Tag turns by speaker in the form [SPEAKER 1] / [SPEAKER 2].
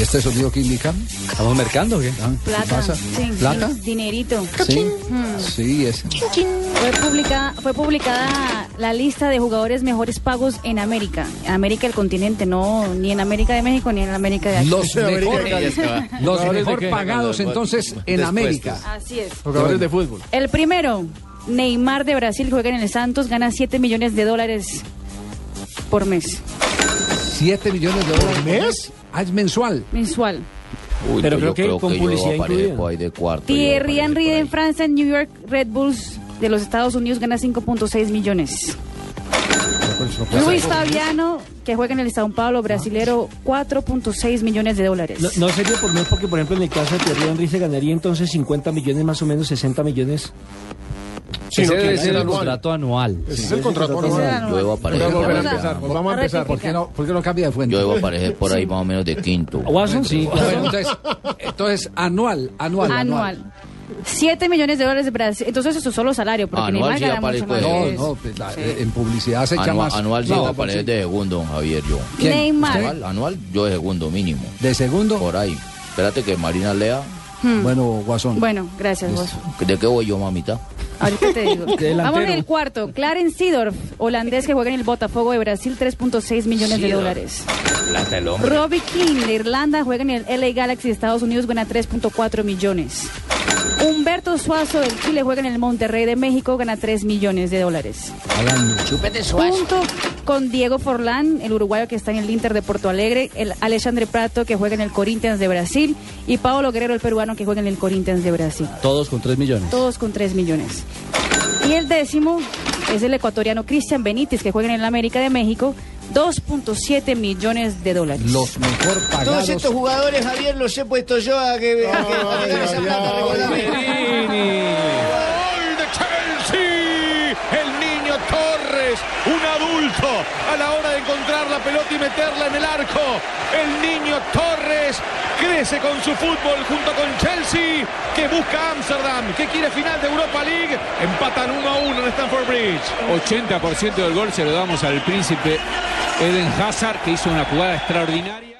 [SPEAKER 1] este sonido que indica?
[SPEAKER 2] ¿Estamos mercando o qué?
[SPEAKER 1] Ah, ¿Qué
[SPEAKER 3] Plata.
[SPEAKER 1] pasa?
[SPEAKER 3] Sí,
[SPEAKER 1] ¿Plata?
[SPEAKER 3] sí, Dinerito.
[SPEAKER 1] Sí. Sí, ese.
[SPEAKER 3] Fue publicada, fue publicada la lista de jugadores mejores pagos en América. América del continente, no ni en América de México ni en América de aquí.
[SPEAKER 1] Los mejor,
[SPEAKER 4] América, ya estaba.
[SPEAKER 1] los
[SPEAKER 4] ¿Jugadores de
[SPEAKER 1] mejor
[SPEAKER 4] qué?
[SPEAKER 1] pagados entonces en
[SPEAKER 4] Después,
[SPEAKER 1] América.
[SPEAKER 3] Así es.
[SPEAKER 4] Jugadores de fútbol.
[SPEAKER 3] El primero, Neymar de Brasil juega en el Santos, gana 7 millones de dólares por mes,
[SPEAKER 1] 7 millones de dólares. ¿Mes? Ah, es mensual.
[SPEAKER 3] mensual.
[SPEAKER 5] Uy,
[SPEAKER 4] Pero
[SPEAKER 5] pues yo
[SPEAKER 4] creo que con
[SPEAKER 5] yo
[SPEAKER 4] publicidad
[SPEAKER 5] aparezco
[SPEAKER 4] incluida.
[SPEAKER 5] ahí de cuarto. yo
[SPEAKER 3] Thierry
[SPEAKER 5] aparezco
[SPEAKER 3] Henry
[SPEAKER 5] ahí.
[SPEAKER 3] en Francia, en New York Red Bulls de los Estados Unidos gana 5.6 millones. Luis Fabiano, que juega en el Sao Paulo brasilero, 4.6 millones de dólares.
[SPEAKER 4] No, no sería por no es porque, por ejemplo, en el caso de Thierry Henry se ganaría entonces 50 millones, más o menos 60 millones.
[SPEAKER 2] Ese debe ser el contrato anual.
[SPEAKER 6] Ese es el contrato
[SPEAKER 3] Ese
[SPEAKER 6] anual.
[SPEAKER 3] era
[SPEAKER 5] Yo
[SPEAKER 3] normal.
[SPEAKER 5] debo aparecer.
[SPEAKER 6] Vamos a volver a
[SPEAKER 5] por ahí,
[SPEAKER 6] empezar.
[SPEAKER 5] ¿no?
[SPEAKER 6] Pues vamos a empezar.
[SPEAKER 1] ¿Por qué no, por qué no cambia de fuente?
[SPEAKER 5] Yo debo aparecer por ahí más o menos de quinto.
[SPEAKER 4] Watson, sí.
[SPEAKER 1] Bueno, entonces, entonces, anual, anual, anual.
[SPEAKER 3] anual. 7 millones de dólares de Brasil. Entonces eso es solo salario, porque Neymar
[SPEAKER 5] Anual sí
[SPEAKER 3] gana mucho
[SPEAKER 5] aparezco
[SPEAKER 3] más.
[SPEAKER 5] yo.
[SPEAKER 1] No,
[SPEAKER 3] que
[SPEAKER 1] no,
[SPEAKER 3] eso.
[SPEAKER 1] pues, la- en publicidad se echa
[SPEAKER 5] Anual,
[SPEAKER 1] más.
[SPEAKER 5] anual sí
[SPEAKER 1] No,
[SPEAKER 5] debo aparecer de segundo, don Javier, yo.
[SPEAKER 1] ¿Quién?
[SPEAKER 3] Neymar.
[SPEAKER 5] Anual, anual, yo de segundo mínimo.
[SPEAKER 1] De segundo.
[SPEAKER 5] Por ahí. Espérate que Marina lea.
[SPEAKER 1] Bueno, Guasón.
[SPEAKER 3] Bueno, gracias vos.
[SPEAKER 5] ¿De qué voy yo, mamita?
[SPEAKER 3] Ahorita te digo.
[SPEAKER 4] Delantero.
[SPEAKER 3] Vamos en el cuarto. Clarence Seedorf, holandés que juega en el Botafogo de Brasil, 3.6 millones de
[SPEAKER 5] Seedorf.
[SPEAKER 3] dólares.
[SPEAKER 5] Plata el
[SPEAKER 3] Robbie King de Irlanda juega en el LA Galaxy de Estados Unidos, gana 3.4 millones. Humberto Suazo del Chile juega en el Monterrey de México, gana 3 millones de dólares.
[SPEAKER 5] Chúpete
[SPEAKER 3] Punto con Diego Forlán, el uruguayo que está en el Inter de Porto Alegre, el Alexandre Prato que juega en el Corinthians de Brasil y Paolo Guerrero, el peruano que juega en el Corinthians de Brasil.
[SPEAKER 2] Todos con 3 millones.
[SPEAKER 3] Todos con 3 millones. Y el décimo es el ecuatoriano Cristian Benítez que juega en el América de México, 2.7 millones de dólares.
[SPEAKER 1] Los mejor pagados.
[SPEAKER 7] Todos estos jugadores, Javier, los he puesto yo a que a que- a que tengan esa plata, recordame.
[SPEAKER 8] Gol de Chelsea. El niño Torres, un adulto a la hora de encontrar la pelota y meterla en el arco. El niño Torres crece con su fútbol junto con Chelsea que busca Ámsterdam, que quiere final de Europa League. Empatan 1 a 1 en Stamford Bridge.
[SPEAKER 9] 80% del gol se lo damos al príncipe Eden Hazard, que hizo una jugada extraordinaria.